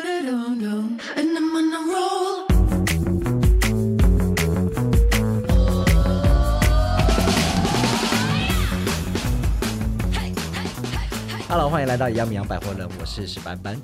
And I'm on a roll. 哈喽，欢迎来到一样米阳百货人，我是史斑斑。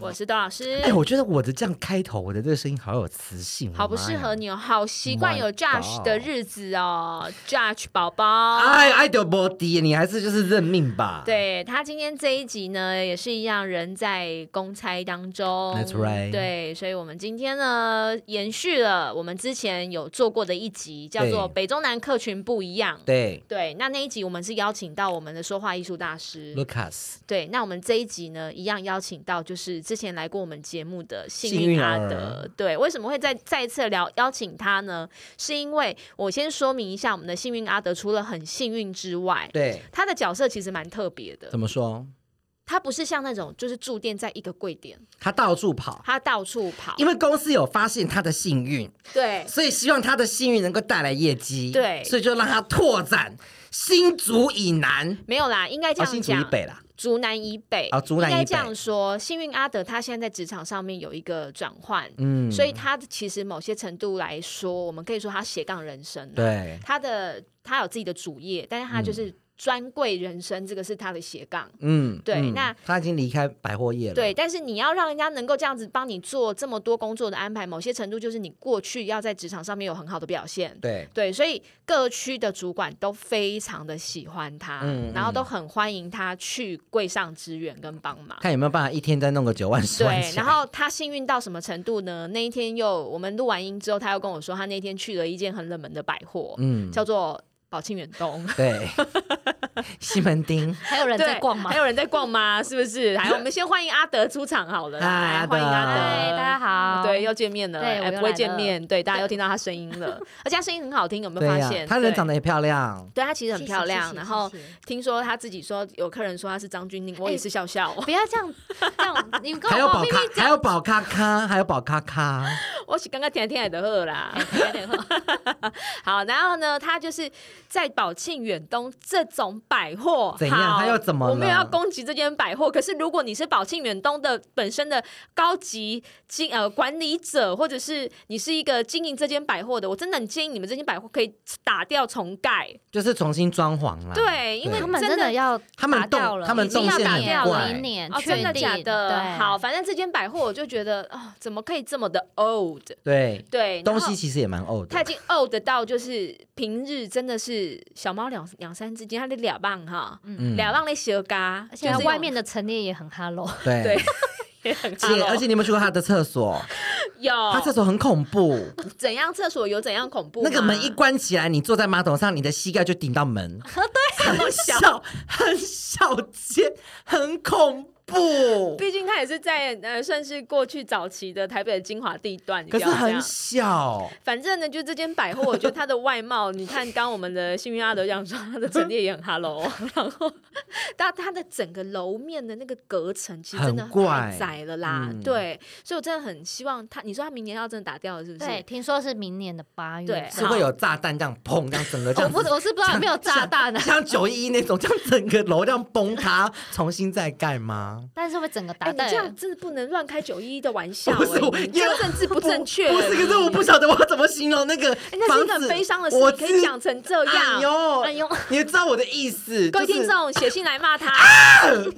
我是段老师。哎、我觉得我的这样开头，我的这个声音好有磁性，好我不妈适呀合。你哦，好习惯 My 有 Judge God 的日子哦，Judge 宝宝。哎，爱德波迪，你还是就是认命吧。对他今天这一集呢，也是一样，人在公差当中。 That's right 对，所以我们今天呢，延续了我们之前有做过的一集，叫做对“北中南客群不一样”。对对，那那一集我们是邀请到我们的说话艺术大师。 ，Lucas，对，那我们这一集呢，一样邀请到就是之前来过我们节目的幸幸运运阿儿德。对，为什么会再再一次聊邀请他呢？是因为我先说明一下，我们的幸运阿德除了很幸运之外，对，他的角色其实蛮特别的怎。么说？他不是像那种就是驻店在一个柜点，他到处跑，他到处跑。因为公司有发现他的幸运，对所以希望他的幸运能够带来业绩。对所以就让他拓展新竹以南，没有啦，应该这啊，样新竹以讲。北啦。竹南以北啊竹南以应北该这样说。幸运阿德他现在在职场上面有一个转换，嗯，所以他其实某些程度来说，我们可以说他斜杠人生、啊。对，他的他有自己的主业，但是他就是专柜人生，这个是他的斜杠。嗯，对嗯那他已经离开百货业了。对，但是你要让人家能够这样子帮你做这么多工作的安排，某些程度就是你过去要在职场上面有很好的表现。对，对，所以各区的主管都非常的喜欢他，嗯然后都很欢迎他去柜上支援跟帮忙。看有没有办法一天再弄个九万十万对，起来。然后他幸运到什么程度呢？那一天又我们录完音之后，他又跟我说，他那天去了一间很冷门的百货，嗯，叫做宝庆远东。对， 西门 町。还有人在对逛 吗还？有人在逛吗？ 是不是？来，我们先欢迎阿德出场好了。嗨来欢迎哎阿阿德德，嗨，大家好。啊对，又见面了，对我哎又不会来见了面，对，大家又听到他声音 了，而且他声音很好听，有没对有发呀现？她人长得，得也漂亮。对他其实很谢谢漂亮谢，谢然后谢谢听说他自己说有客人说他是张钧甯，我哎也是笑笑，不要这样，这样你跟还有我宝报秘咖密，还 讲，有宝咖咖，还有宝咖咖，我是刚刚听来听来的喝 啦。有点厚好，然后呢，他就是在宝庆远东这种百货，怎样好他又怎么了我没有要攻击这间百货，可是如果你是宝庆远东的本身的高级经呃管理者，或者是你是一个经营这间百货的，我真的很建议你们这间百货可以打掉重盖。就是重新装潢啦。对因为他们真的真的要他们打动掉了他们已经动要线打很掉怪明年哦，确真的定假的？对好，反正这间百货我就觉得哦，怎么可以这么的 old？对对，东然西后其实也蛮 old 他已的。经 old 到就是平日真的是小猫两两三只间，它的俩棒哈，嗯两浪的蛇嘎，而且就是外面的陈列也很哈喽， 对对哦也很哈 姐，喽而且你有没有去过她的厕所？有她厕所很恐怖，怎样厕所有怎样恐怖吗，那个门一关起来，你坐在马桶上，你的膝盖就顶到 门。对， 很小，很小间，很恐怖。毕竟它也是在呃算是过去早期的台北的精华地段，你可不是要这很样。小，反正呢，就这间百货，我觉得它的外貌，你看，刚我们的幸运阿德这样说，它的陈列也很 hello，然 后，但它的整个楼面的那个隔层其实真的很怪太窄了啦，嗯对，所以我真的很希望它，你说它明年要真的打掉了，是不是？对，听说是明年的八月，对是好会有炸弹这样砰，这样整个这我样不子我是不知道有没有炸弹呢，像九一一那种，这样整个楼这样崩塌，重新再盖吗？但是会不会整个哎、打你断这。样真的不能乱开九一一的玩笑、不是哎我你这样政治不正确，不是，可是我不晓得我要怎么形容那个哎那房子。是一个很悲伤的事，我你可以讲成这知哎样。呦，哎呦，你知道我的意思。各位就是听众写信来骂啊他，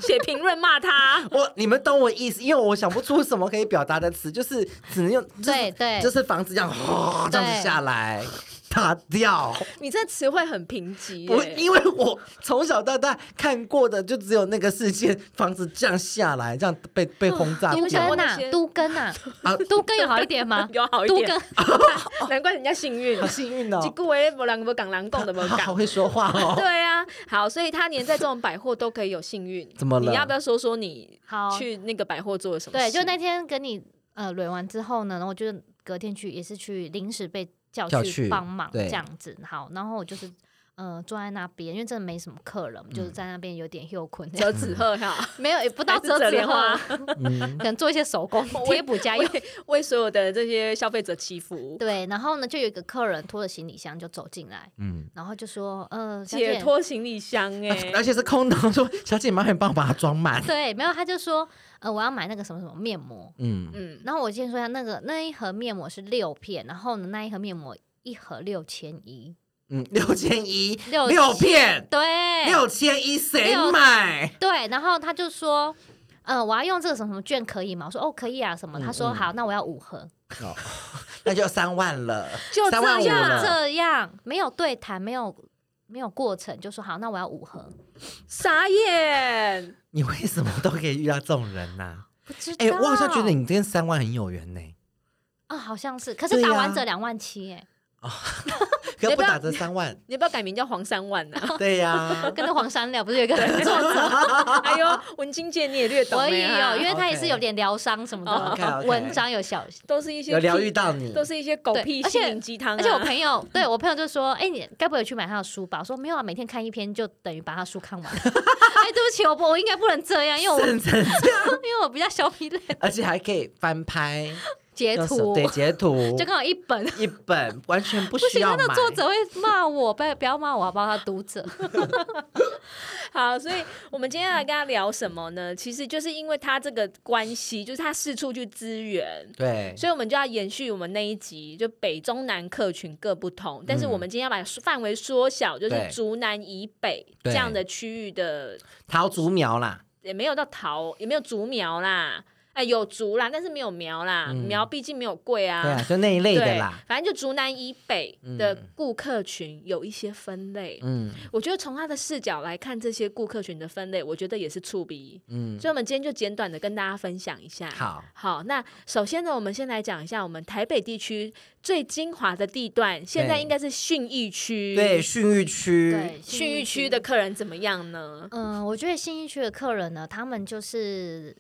写评论骂他。我你们懂我意思，因为我想不出什么可以表达的词，就是只能用就是对对就是房子这样哗这样子对下来塌掉。你这词汇很贫 瘠、我哎因为我从小到大看过的就只有那个事件，房子这样下来，这样被哦被轰炸都你们想掉过根那呐些，都根呐 ？啊，都根有好一点吗有好一都点根， 难怪人家幸运好。幸运哦这。句话无人无港人讲的无好好港。会说话哦。对啊，好，所以他连在这种百货都可以有幸运。怎么了你要不要说说你好，去那个百货做了什么哦对，事？就那天跟你呃捋完之后呢，然后我就隔天去，也是去临时被叫叫去帮忙对这样子。好，然后我就是呃坐在那边，因为真的没什么客人，我们就是在那边有点又困 这样折，纸鹤哈， 没有也不到嗯还是折纸莲花鹤嗯可能做一些手工 我贴补家用。为所有的这些消费者祈福，对，然后呢，就有一个客人拖着行李箱就走进来，嗯，然后就说：“呃，小解姐，脱行李箱哎、 而且是空的，我说小姐麻烦帮我把它装满。对，没有，他就说，呃，我要买那个什么什么面膜。嗯，嗯，然后我先说一下，那个那一盒面膜是六片，然后呢，那一盒面膜一盒六千一，嗯，六千一六六片，对，六千一谁六买？对。然后他就说，呃，我要用这个什么什么券可以吗？我说哦，可以啊，什么？嗯他说嗯好，那我要五盒。哦，那就三万了，就三万五这样了。这样没有对谈，没有没有过程，就说好，那我要五盒。傻眼，你为什么都可以遇到这种人呐、不知道，哎、我好像觉得你跟三万很有缘呢、啊、好像是，可是对打呀完折两万七，哎，可要不不要，打折三万你要不要改名叫黄三万啊 呢、对呀、 跟那黄山料不是有一个人作者哎呦，文青界你也略懂、我欸，也有，哈哦因为他也是 OK 有点疗伤什么哦的， ，OK，OK 文章有小，都是一些有疗愈屁，到你都，是一些狗对屁而且心灵鸡汤啊、而且嗯我朋友对我朋友就说：“哎，你该不会有去买他的书吧？”我说：“没有啊，每天看一篇就等于把他书看完。” 哎，对不起，我不，我应该不能这样，因为 我甚至这样， 因为我比较小皮类而且还可以翻拍截用手图，对截图， 就刚好一本。一本完全不不需行，要他买。的作者会骂我，不要不要骂我，好不好？他读者， 好，所以我们今天要来跟他聊什么呢？其实就是因为他这个关系，就是他四处去支援。对，所以，我们就要延续我们那一集，就北中南客群各不同，但是我们今天要把范围缩小，就是嗯对竹南以北这对样的区域的，桃竹苗啦，也没有到桃，也没有竹苗啦，哎，有竹啦，但是没有苗啦，嗯苗毕竟没有贵啊，对啊，就那一类对的啦。反正就竹南以北的嗯顾客群有一些分类，嗯我觉得从他的视角来看这些顾客群的分类，我觉得也是触鼻。嗯，所以，我们今天就简短的跟大家分享一下。，好，好，那首先呢，我们先来讲一下我们台北地区最精华的地段，现在应该是训义区。对，，训育区对，训义区的，客人怎么样呢？嗯，我觉得新一区的客人呢，他们就是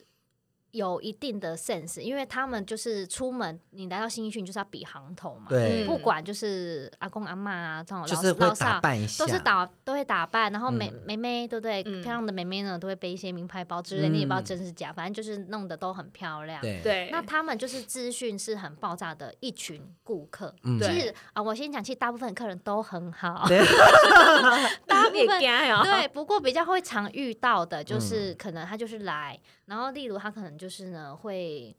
有一定的 sense，因为他们就是出门，你来到新一区，你就是要比行头嘛，对，不管就是阿公阿嬷啊，嗯这种老就是会老打少。扮一下，都是打都会打扮，然后美嗯妹妹对不对？嗯漂亮的妹妹呢都会背一些名牌包之类，你也不知道嗯真是假，反正就是弄得都很漂亮。对，对，那他们就是资讯是很爆炸的一群顾客。嗯其对实啊、我先讲，其实大部分客人都很好， 对大家部分呀，对，不过比较会常遇到的嗯就是，可能他就是来，然后例如他可能就是呢会，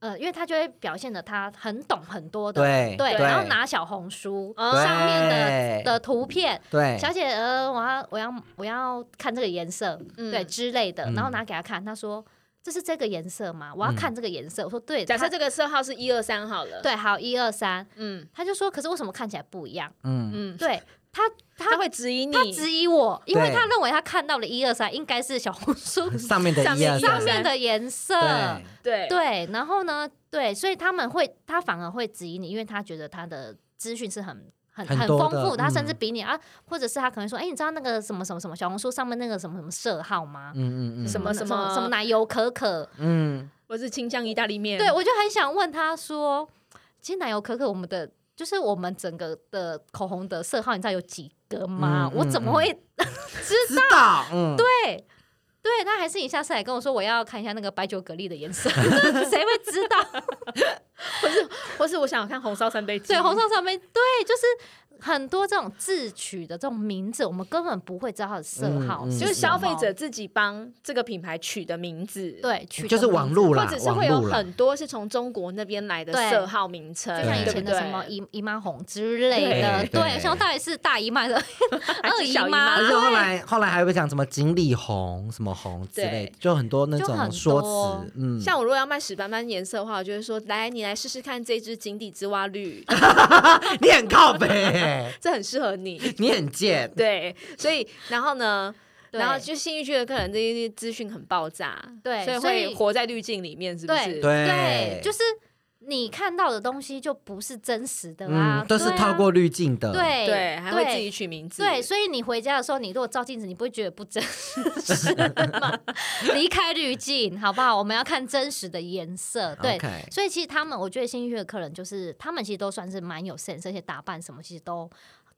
呃，因为他就会表现的他很懂很多的，对对，对然后拿小红书哦嗯上面的对的图片，对小姐呃，我要我要我要看这个颜色，嗯对之类的，然后嗯拿给他看，他说这是这个颜色吗？我要嗯看这个颜色，我说对，假他设这个色号是一二三好了。，对，好一二三，嗯他就说可是为什么看起来不一样？嗯嗯， 对他他他会质疑你，他质疑我，因为对他认为他看到了一二三应该是小红书上面的上一面二上 上三，面的嗯颜色，对，对对，然后呢，对，所以他们会，他反而会质疑你，因为他觉得他的资讯是很。很很很多丰的富，他甚至嗯比你、啊，或者是他可能说，哎、你知道那个什么什么什么小红书上面那个什么什么色号吗？嗯嗯嗯，什么什么什什么么奶油可可？嗯，我是清香意大利面。对，我就很想问他说，其实奶油可可我们的就是我们整个的口红的色号，你知道有几个吗？嗯我嗯怎么嗯会、知道，嗯，对，对？对，那还是你下次来跟我说，我要看一下那个白酒蛤蜊的 颜色，谁会知道？ 或是我想看红烧三杯鸡。对，红烧上面对，就是很多这种自取的这种名字，我们根本不会知道它的色号嗯嗯嗯什么，就是消费者自己帮这个品牌取的名字。对对取的就是网名字。路或啦者，是网会有路啦，很多是从中国那边来的对色号名称，就像以对前不的对啊什么姨姨妈红之类的，对对对，像到底是大姨妈的二是姨啊小姨妈妈，而且后来后来还会讲什么锦鲤红、什么红之类对，就很多那就种很多说辞，嗯，像我如果要卖屎斑斑颜色的话，我就会说：来，你来试试看这只井底之蛙绿， 你很靠北，这很适合 你。你很贱，对，所以然后呢，对然后就信誉区的客人这些资讯很爆炸，对所以所会以活在滤镜里面，是不是？对对，就是你看到的东西就不是真实的啊嗯，，都是对啊透过滤镜的，对对还会自己对取名字，对，所以你回家的时候，你如果照镜子，你不会觉得不真实吗？ 离开滤镜，好不好？我们要看真实的颜色，对 OK 所以其实他们，我觉得新一区的客人就是他们其实都算是蛮有 sense，而且打扮什么其实都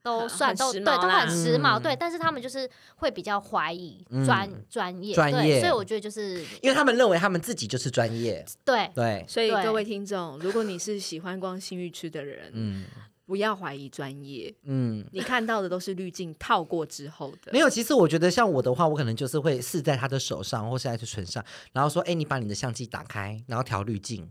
都算很都时对，髦都啦很时髦，嗯对，但是他们就是会比较怀疑嗯专专业，专业对，所以我觉得就是因为他们认为他们自己就是专业，对，对，所以对各位听众，如果你是喜欢逛新域区的人，嗯不要怀疑专业，嗯。你看到的都是滤镜套过之后的。没有，其实我觉得像我的话，我可能就是会试在他的手上或是在他唇上，然后说：“哎，你把你的相机打开，然后调滤镜，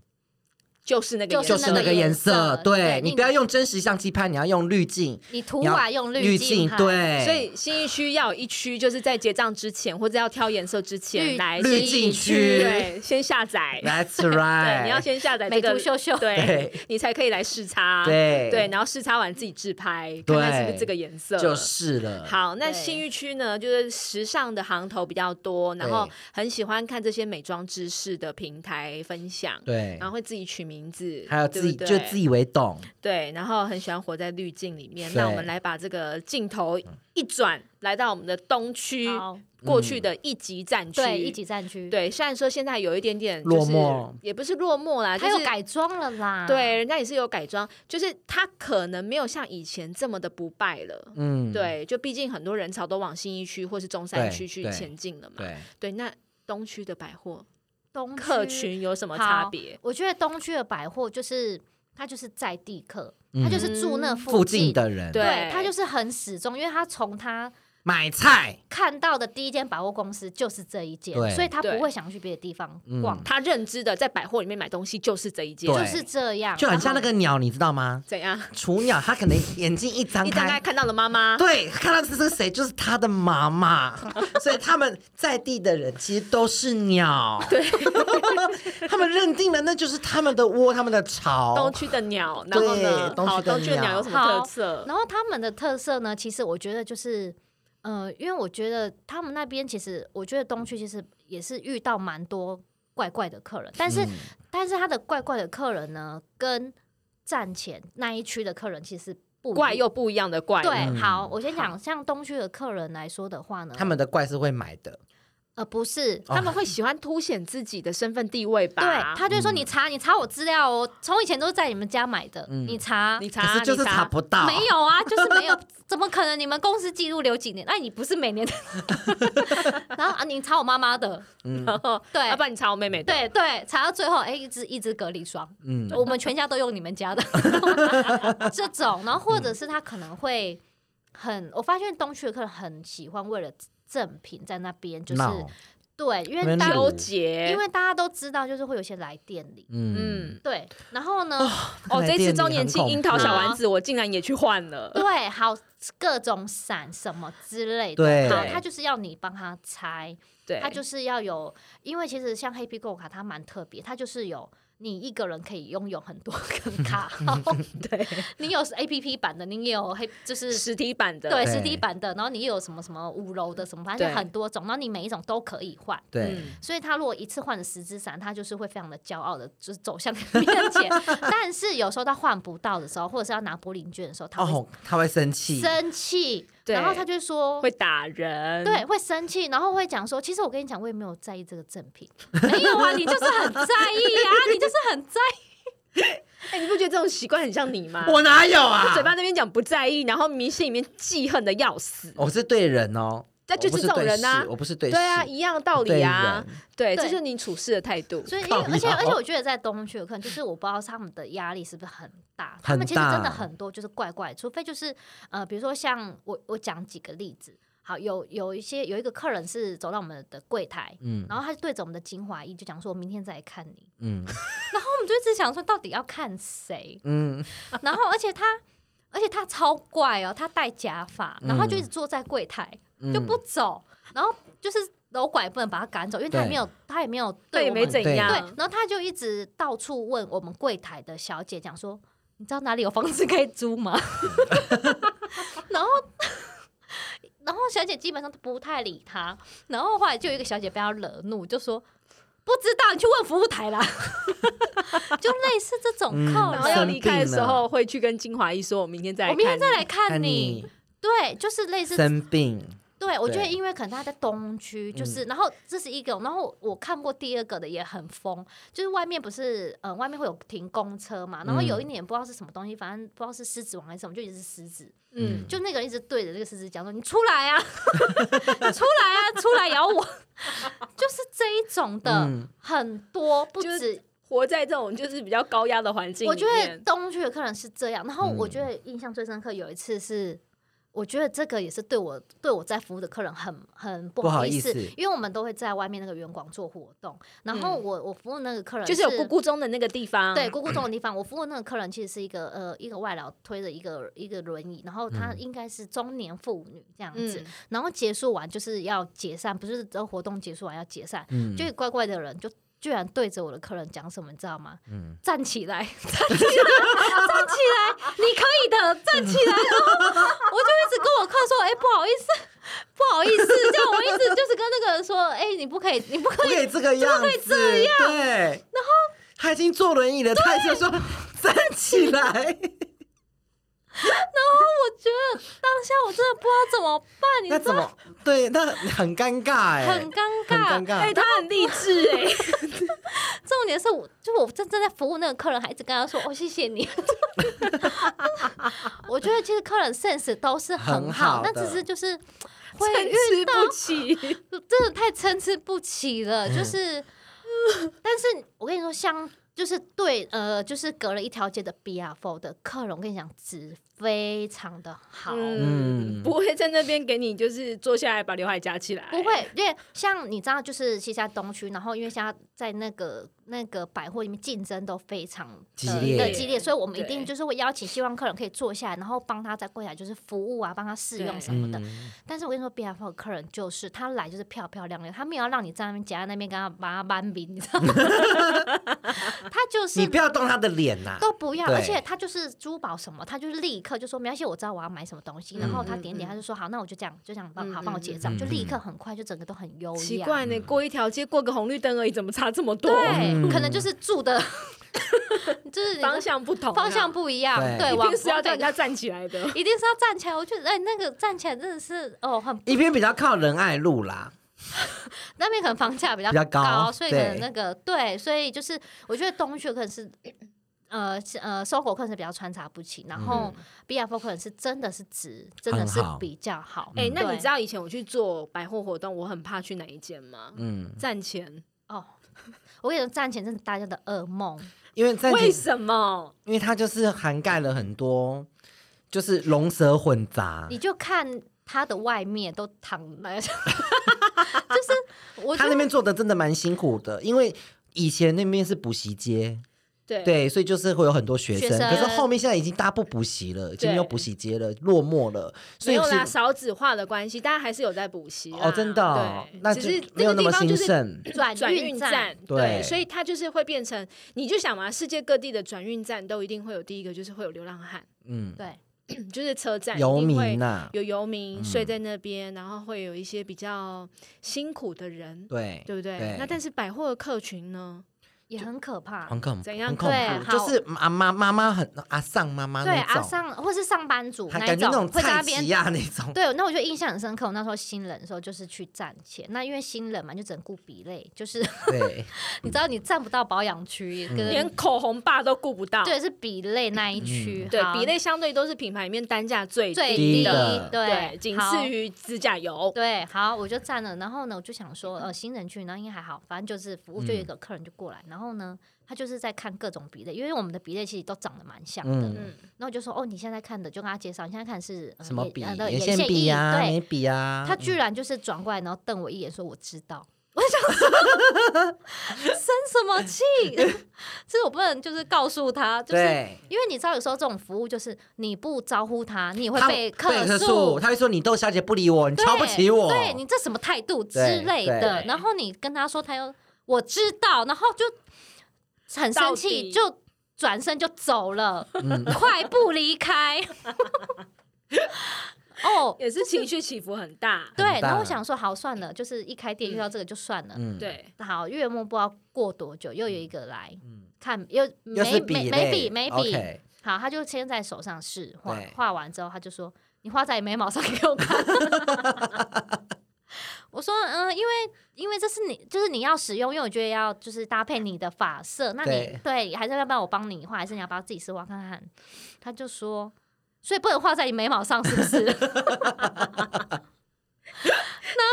就是那个就颜色，就是那个颜色。颜色对对你你不要用真实相机拍，你要用滤镜，你图你要瓦用滤镜镜拍，对，所以新一区要有一区，就是在结账之前或者要挑颜色之前滤来滤先镜区对，先下 载，That's 对 right，，你要先下载这美个图秀秀，对对，你才可以来试擦，对对，然后试擦完自己自拍，对看看是不是这个颜色，就是了。好，那对信誉区呢，就是时尚的行头比较多，然后对很喜欢看这些美妆知识的平台分享，对然，后会自己取名字，还有自己对不就对自以为懂，对，然后很喜欢活在滤镜里面。对那我们来把这个镜头一转，来到我们的东区，好，过去的一级战区，对，一级战区，，对，虽然说现在有一点点落就是寞也不是落寞啦，他啊就有是。改装了啦，对，人家也是有改装，就是它可能没有像以前这么的不败了。嗯，对，就毕竟很多人潮都往新一区或是中山对区去对前进了嘛。对，对，那东区的百货东客区群有什么差好别？我觉得东区的百货就是它就是在地客，嗯它就是住那附近近。的人对对他就是很始终，因为他从他买菜，看到的第一间百货公司就是这一间对，所以他对不会想去别的地方嗯逛，他认知的在百货里面买东西就是这一件，对就是这样，就很像那然后个鸟，你知道吗？怎样？雏鸟，它可能眼睛一张你大概开。看到了妈妈，对，看到这是谁，就是它的妈妈，所以他们在地的人其实都是鸟，对， 他们认定了那就是他们的窝，他们的巢东，区的鸟，然后呢？哦对东区好，的东区的鸟鸟有什么好特色？然后他们的特色呢，其实我觉得就是，呃，因为我觉得他们那边其实，我觉得东区其实也是遇到蛮多怪怪的客人，但是、嗯但是他的怪怪的客人呢，跟站前那一区的客人其实不一怪又不一样的怪，对。嗯好，我先讲，像东区的客人来说的话呢，他们的怪是会买的，呃不是。哦他们会喜欢凸显自己的身份地位吧？对，他就说你查，你查我资料哦，从以前都是在你们家买的，嗯你查，你可查，啊是就是你查查不到，没有啊，就是没有，怎么可能？你们公司记录留几年？那你不是每年？然后啊，你查我妈妈的，嗯然后对啊要不然你查我妹妹的，对对，查到最后，哎，一支一支隔离霜，嗯，我们全家都用你们家的 这种，然后或者是他可能会很，我发现东区的客人很喜欢为了赠品在那边，就是闹，对，因那边为大闹纠结，因为大家都知道，就是会有些来店里，嗯，嗯，对，然后呢， 哦，这次周年庆樱桃小玩丸子我竟然也去换了，对，好各种伞什么之类的，对好，他就是要你帮他拆，对，它就是要有，因为其实像黑皮购物卡它蛮特别，它就是有你一个人可以拥有很多个 卡号，对你有 A P P 版的，你也有黑就是。实体版的，对对实体版的，然后你也有什么什么五楼的什么，反正对就很多种，然后你每一种都可以换。对，嗯所以他如果一次换了十只伞，他就是会非常的骄傲的，就是走向你面前。 但是有时候他换不到的时候，或者是要拿玻璃券的时候，他会哦，他会生气，生气，对然后他就说会打人，对，，会生气，然后会讲说，其实我跟你讲，我也没有在意这个赠品，没有啊，你就是很在意 啊，你就是很在意。哎，你不觉得这种习惯很像你吗？我哪有啊？嘴巴那边讲不在意，然后迷信里面记恨的要死，我是对人哦，那就是这种人啊我不是对事，对啊，我不是对事一样道理啊，对，这对就是你处事的态度。所以，因靠为而且腰而且，我觉得在东区的客人，就是我不知道他们的压力是不是很大，他很们其实真大的很多就是怪怪，除非就是呃，比如说像我我讲几个例子，好，有有一些有一个客人是走到我们的柜台。嗯然后他就对着我们的精华衣就讲说：“我明天再来看你。嗯”我们就一直想说，到底要看谁？ 嗯，然后，而且他，而且他超怪哦，他戴假发，然后就一直坐在柜台，嗯就不走，然后就是楼管也不能把他赶走，因为他对也没有，他也没有对，对也我没们怎对对样，，然后他就一直到处问我们柜台的小姐讲说，你知道哪里有房子可以租吗？ 然后。然后小姐基本上都不太理他，然后后来就有一个小姐被他惹怒，就说不知道你去问服务台啦， 就类似这种嗯客然人后，要离开的时生病候，会去跟金华一说，我明天再来我明天看再你来看看你。你对，就是类似生病，对，对，我觉得对嗯因为可能他在东区，就是、然后这是一个，然后我看过第二个的也很疯，就是外面不是呃外面会有停公车嘛，然后嗯有一年不知道是什么东西，反正不知道是狮子王还是什么，就一只狮子，嗯，就那个人一直对着那个狮子讲说：“你出来啊， 你出来啊，出来咬我！”就是这一种的、嗯很多，不就是止。活在这种就是比较高压的环境里面，我觉得东区的客人是这样，然后嗯我觉得印象最深刻有一次是。我觉得这个也是对我对我在服务的客人很很不不好好意意思，思因为我们都会在外面那个圆广做活动，然后我、我服务那个客人嗯就是有咕咕钟的那个地方，嗯对，，咕 咕钟的地方，我服务的那个客人其实是一个呃一个外劳推着一个一个轮椅，然后她嗯应该是中年妇女这样子，嗯然后结束完就是要解散，不是这活动结束完要解散，嗯就有怪怪的人就。居然对着我的客人讲什么，你知道吗？嗯站起来， 站起来，站起来，你可以的，站起来！然后我就一直跟我客人说：“哎、不好意思， 不好意思。”这样我一直就是跟那个人说：“哎、你不可以，你不可不以可以这个样子，这样对。然后他已经坐轮椅了，他还是说站起来，我觉得当下我真的不知道怎么办，你那知怎道么对？那很尴尬哎，很尴很尬。尴哎，尬。他很励志哎，重点是我，就我真正在服务那个客人，还一直跟他说：“哦，谢谢你。” 我觉得其实客人 sense 都是很很好好，但的只是就是会参遇差到哎不齐，真的太参差不齐了，就是。但是我跟你说，相就是对呃，就是隔了一条街的 B R Four 的客人，我跟你讲，质非常的好。嗯，不会在那边给你就是坐下来把刘海夹起来，不，会，因为像你知道，就是西夏东区，然后因为现在在那个那个百货里面竞争都非常呃激烈的激烈，所以我们一对定就是会邀请，希望客人可以坐下来，然后帮他在柜台就是服务啊，帮他试用什么的。嗯但是我跟你说，B F 客人就是他来就是漂漂亮亮，他没有要让你在那边夹在那边跟他把他扳饼，你知道吗？ 他就是你不要动他的脸呐，都不要，对而且他就是珠宝什么，他就是立刻就说没关系，我知道我要买什么东西，然后他点点，他就说好，那我就这样，就这样帮好帮我结账，嗯就立刻很快就整个都很优雅。奇怪呢，过一条街过个红绿灯而已，怎么差这么多？对，可能就是住的， 就是你的方向不同啊，方向不一样，对对，一往一定是要叫人家往站起来的。北一定是要站起来。我觉得哎，那个站起来真的是哦，很一边比较靠仁爱路啦，那边可能房价比较比较高所以可能对那个对，所以就是我觉得东区可能是。呃是呃，搜狗可能是比较穿插不齐，然后 B F 可能是真的是值，真的是嗯很好嗯比较好。哎、那对你知道以前我去做百货活动，我很怕去哪一间吗？嗯，站前，哦？我跟你说，站前真是大家的噩梦。因为在为什么？因为它就是涵盖了很多，就是龙蛇混杂你。就看它的外面都躺那，就是我他觉那得边做的真的蛮辛苦的，因为以前那边是补习街，对对，所以就是会有很多学学生。生可是后面现在已经大家不补习了，已经没有补习街了，落寞了，所没以有啦，是少子化的关系，大家还是有在补习啦哦，真的哦、啊对那只就是没有那么这个地方就兴是盛。转转运运站站，对所以它就是会变成，你就想嘛，世界各地的转运站都一定会有第一个，就是会有流浪汉，嗯，对就是车站游一定会民啊嗯呐、有游民睡在那边，然后会有一些比较辛苦的人，对对不对？对那但是百货的客群呢？也很可怕。很恐怖，怎样很恐对怖，就是阿妈妈妈很阿丧妈妈对那啊，种，上或是上班族还那感一觉那种，种会在菜那边奇亚那 种，对，那我就印象很深刻。我那时候新人的时候，就是去站前，那因为新人嘛，就只能顾比类，就是对，你知道你站不到保养区，嗯跟、连口红霸都顾不到，对是比类那一区，对好比类相对都是品牌里面单价最最嗯低的，的对，仅次。好于指甲油。对，好，我就站了，然后呢，我就想说，呃，新人去，然后应该还好，反正就是服务，就有一嗯个客人就过来，然后呢，他就是在看各种比类，因为我们的比类其实都长得蛮像的，嗯嗯，然后我就说，哦，你现在看的，就跟他介绍，你现在看的是、呃、什么眼笔、呃、对眼线线笔啊、对眉，笔啊，他居然就是转过来，然后瞪我一眼，说：“我知道。” 我想说，生什么气？ 这我不能就是告诉他，就是对因为你知道，有时候这种服务就是你不招呼他，你也会他被客诉诉，。他会说你窦小姐不理我，你对瞧不起我，对你这什么态度之对类的。对然后你跟他说，他又我知道，然后就很生到气，底就转身就走 了，嗯快步离开。 哦，也是情绪起伏很大。很对，然后我大想说，好算了，就是一开店遇到这个就算了。嗯，对，好，月末不知道过多久，又有一个来看，又又眉是眉笔眉类笔眉笔， ，OK，好，他就先在手上试画对，画完之后他就说：“你画在你眉毛上给我看。 我说，嗯、因为因为这是你，就是你要使用，因为我觉得要就是搭配你的发色。那你对，还是要不要我帮你画，还是你要不要自己试画看看？他就说，所以不能画在你眉毛上，是不是？然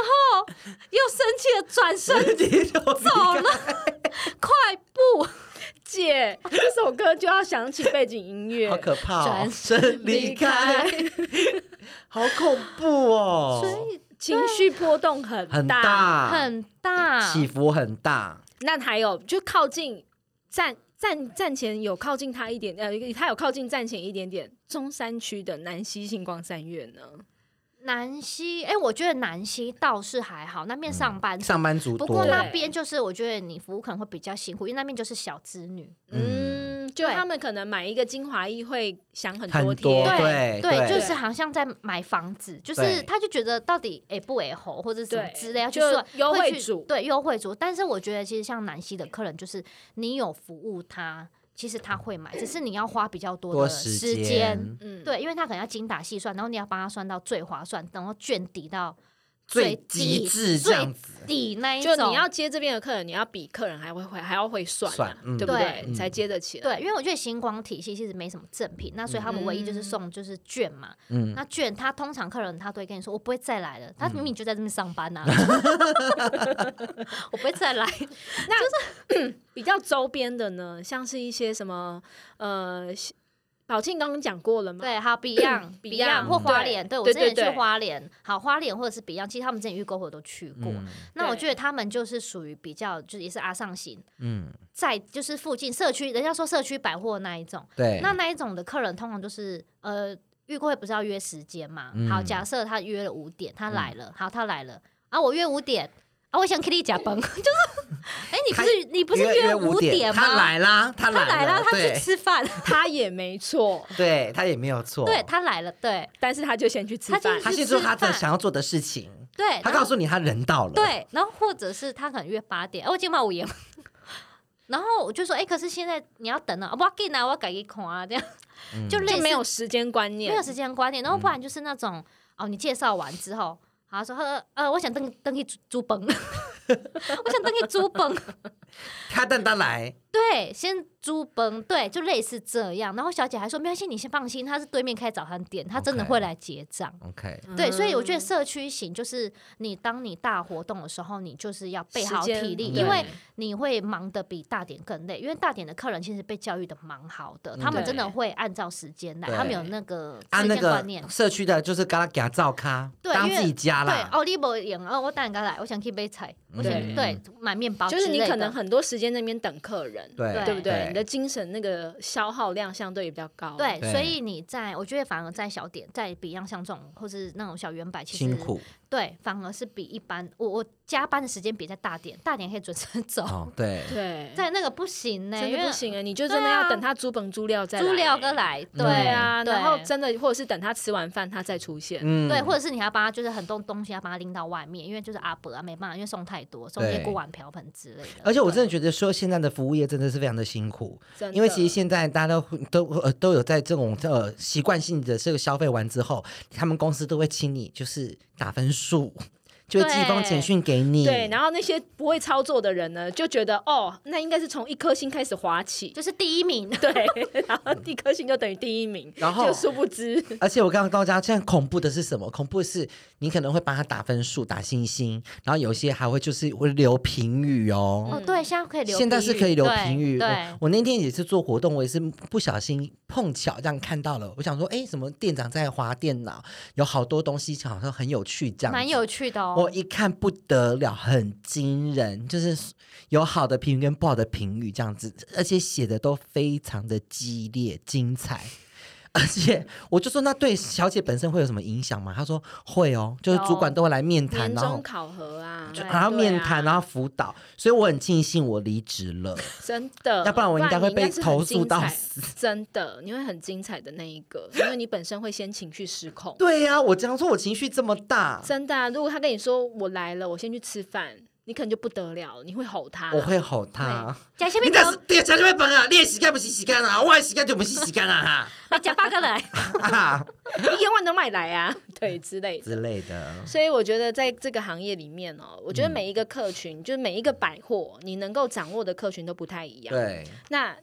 后又生气的转身低头走了，快步姐，这首歌就要响起背景音乐，好可怕、哦转！身离开， 好恐怖 哦！所以情绪波动很很大，很大，起伏很大，那还有就靠近站站站前有靠近他一点，呃，他有靠近站前一点点。中山区的南溪星光三月呢，南溪，哎、我觉得南溪倒是还好，那边上班族。嗯上班族多。不过呢那边就是，我觉得你服务可能会比较辛苦，因为那边就是小资女，嗯，就对他们可能买一个精华液会想很很多多天，哦对对，对就是好像在买房子，就是对他就觉得到底哎不哎吼或者什么对之类，要去就算优会惠去组对优惠组。但是我觉得其实像南溪的客人，就是你有服务他，其实他会买，只是你要花比较多多的时时间，嗯，对，因为他可能要精打细算，然后你要帮他算到最划算，然后卷底到最低极致这最样子，底那一就种。你要接这边的客人，你要比客人还会会还要会算、啊，算嗯对不对？对你才接得起来。对，因为我觉得星光体系其实没什么赠品，那所以他们唯一嗯就是送就是券嘛。嗯，那券他通常客人他都会跟你说，我不会再来了，他嗯明明就在这边上 班呐、我不会再来。比较周边的呢，像是一些什么呃，宝庆刚刚讲过了嘛，对，还有 Beyond、 Beyond，嗯 Beyond 或花对莲，对我对之对前去对花莲，好花莲或者是 Beyond，其实他们之前预购我都去过。嗯那我对觉得他们就是属于比较，就是也是阿上型，嗯，在就是附近社区，人家说社区百货那一种。对，那那一种的客人通常就是呃，预购会不是要约时间嘛？嗯好，假设他约了五点，他来了，好，他来了啊，我约五点啊，我想 Kitty 假崩， 就是哎、你不是你不是约五点，点吗？他来啦，他他来来了，他去对吃饭，他也没错，对他也没有错，对他来了，对但是他就先去吃他就饭是。他先做他吃的饭想要做的事情，对，他然告后诉你他人到了，，对，然后或者是他可能约八点，哎、我今晚五点。 然后我就说，哎、可是现在你要等了，啊我要给拿，我要改一孔啊，这样嗯就类就似没有时间观念，没有时间观念，然后不然就是那种、哦，你介绍完之后，他说呵呃，我想登登去租崩， 我想登去租崩， 他但他来，对，先租崩，对，就类似这样。然后小姐还说没关系，你先放心，他是对面开早餐店，他真的 OK 会来结账。 OK，对，所以我觉得嗯社区型就是你当你大活动的时候，你就是要备好时间体力，对因为你会忙得比大点更累。因为大点的客人其实被教育的蛮好的，他们真的对会按照时间嗯来，对他们有那个按时啊那间观个念。社区的，就是跟他给他照咖，对当因为自己家啊对，啦，哦，你无用哦，我等下来，我想去买菜，我想嗯对对买面包之就类的，是你可能很多时间在那边等客人，对对不对？对你的精神那个消耗量相对也比较高，对，对所以你在我觉得反而在小点，在 Beyond 像这种或是那种小圆百，其实辛苦对，反而是比一般我我加班的时间比在大点，大点可以准时走，哦，对，对，在那个不行呢、真因的为不行啊，你就真的对要啊等他租本租料再猪料哥欸来，对对啊，对然后真的或者是等他吃完饭他再出现，嗯对，或者是你还要帮他，就是很多东西要帮他拎到外面，因为就是阿伯啊，没办法，因为送太多，送一些对锅碗瓢盆之类的。而且我真对的觉得说，现在的服务业真的是非常的辛苦，真的因为其实现在大家都会都呃都有在这种呃习惯性的这个消费完之后，他们公司都会请你就是打分数， 就会寄一封对简讯给你，对，然后后那些不会操作的人呢，就觉得哦，那应该是从一颗星开始 滑起，就是第一嗯名，对，然后一颗星就等于第一名，然后就殊不知，而且我刚刚告诉大家，现在恐怖的是什么？恐怖的是你可能会帮他打分数、打星星，然后有些还会就是会留评语哦。哦，对，现在可以留，现在是可以留评语。对，我我那天也是做活动，我也是不小心碰巧这样看到了，我想说，哎，什么店长在划电脑，有好多东西好像很有趣，这对样子蛮有趣的哦。我一看不得了，很惊人，就是有好的评语跟不好的评语这样子，而且写的都非常的激烈、精彩。 而且我就说，那对小姐本身会有什么影响吗？她说会哦，就是主管有都会来面谈，年然后终考核啊，就然后对面啊谈，然后辅导，所以我很庆幸我离职了。啊真的，要不然我应该会被不然你应该是很投诉到精彩死。真的，你会很精彩的那一个，因为你本身会先情绪失控。对呀、我这样说，我情绪这么大，真的、啊，如果他跟你说我来了，我先去吃饭，你可能就不得了了，你会吼他。我会吼他。假下你面但讲是，跌下就会崩啊！你的时间不是时间啊，我的时间就不是时间啊！你假八 个来，哈，啊一千万都买来啊，对之类的。之类的。所以我觉得在这个行业里面哦，我觉得嗯每一个客群，就是每一个百货，你能够掌握的客群都不太一样。对，那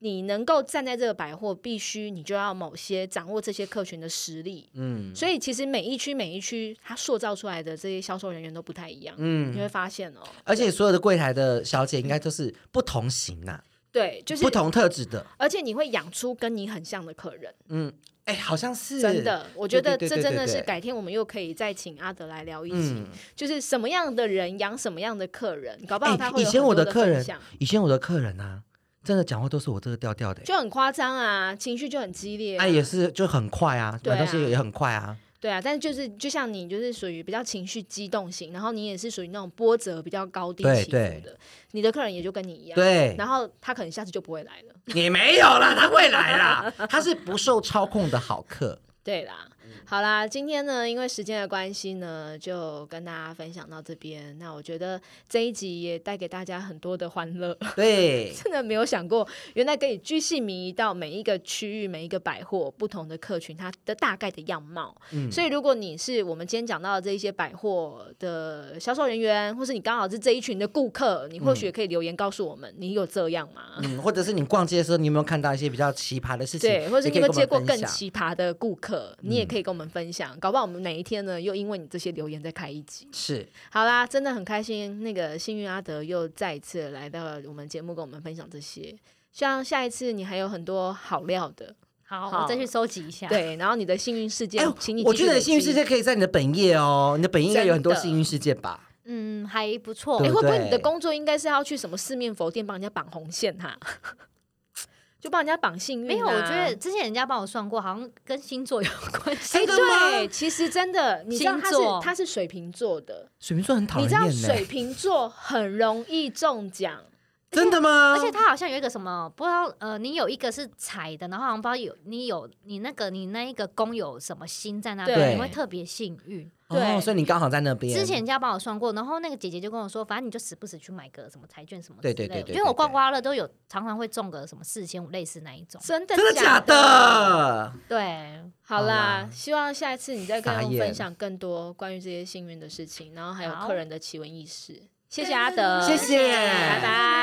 你能够站在这个百货，必须你就要某些掌握这些客群的实力。嗯所以其实每一区每一区，它塑造出来的这些销售人员都不太一样。你会嗯，发现哦，而且所有的柜台的小姐应该都是不同型啊，对，就是不，同特质的。而且你会养出跟你很像的客人，嗯，哎，好像是真。的，我觉对得对对这对真对的是对改天我们又可以再请阿德来聊一集，嗯，就是什么样的人养什么样的客人，搞不好哎他，会以有前很我多的的客分人享，以前我的客人啊，真的讲话都是我这个调调的。就很夸张啊，情绪就很激烈、啊，哎，也是就很快啊，对买啊东西也很快啊。对啊，但是就是就像你就是属于比较情绪激动型，然后你也是属于那种波折比较高低对起伏对的，你的客人也就跟你一样，对，然后他可能下次就不会来了，你没有啦，他会来 啦，他是不受操控的好客。对啦，好啦，今天呢，因为时间的关系呢，就跟大家分享到这边。那我觉得这一集也带给大家很多的欢乐，对，真的没有想过，原来可以居细迷到每一个区域、每一个百货、不同的客群它的大概的样貌。嗯所以，如果你是我们今天讲到的这一些百货的销售人员，或是你刚好是这一群的顾客，你或许也可以留言告诉我们，你有这样吗？ 嗯，或者是你逛街的时候，你有没有看到一些比较奇葩的事情？对，或者是也可以你跟有我接们过分更享嗯奇葩的顾客，你也可以跟我们分享，搞不好我们哪一天呢，又因为你这些留言再开一集。是好啦，真的很开心，那个幸运阿德又再一次来到我们节目，跟我们分享这些。希望下一次你还有很多好料的，好，好我再去收集一下。，对，然后你的幸运事件，哎请你我继续觉得累幸运事积件，可以在你的本业哦，你的本业应该有很多真的幸运事件吧？嗯，还不哎、错对。会不会你对的工作应该是要去什么四面佛店帮人家绑红线哈、 就帮人家绑幸运、啊？没有，我觉得之前人家帮我算过，好像跟星座有关系。真哎、的对，吗其实真的，你知道他是星座他是水瓶座的，水瓶座很讨你人知道厌呢、水瓶座很容易中奖，真的吗？而且它好像有一个什么，不知道呃，你有一个是财的，然后好像不知道有你有你那个你那一个宫有什么星在那对边，你会特别幸运。哦，对所以你刚好在那边。之前人家帮我算过，然后那个姐姐就跟我说，反正你就时不时去买个什么财券什么之对类对的，对对对因为我刮刮乐都有常常会中个什么四千五类似那一种。真的真的假的？对，好啦好啦，希望下一次你再跟傻我们眼分享更多关于这些幸运的事情，然后还有好客人的奇闻异事。谢谢阿德，谢谢拜拜，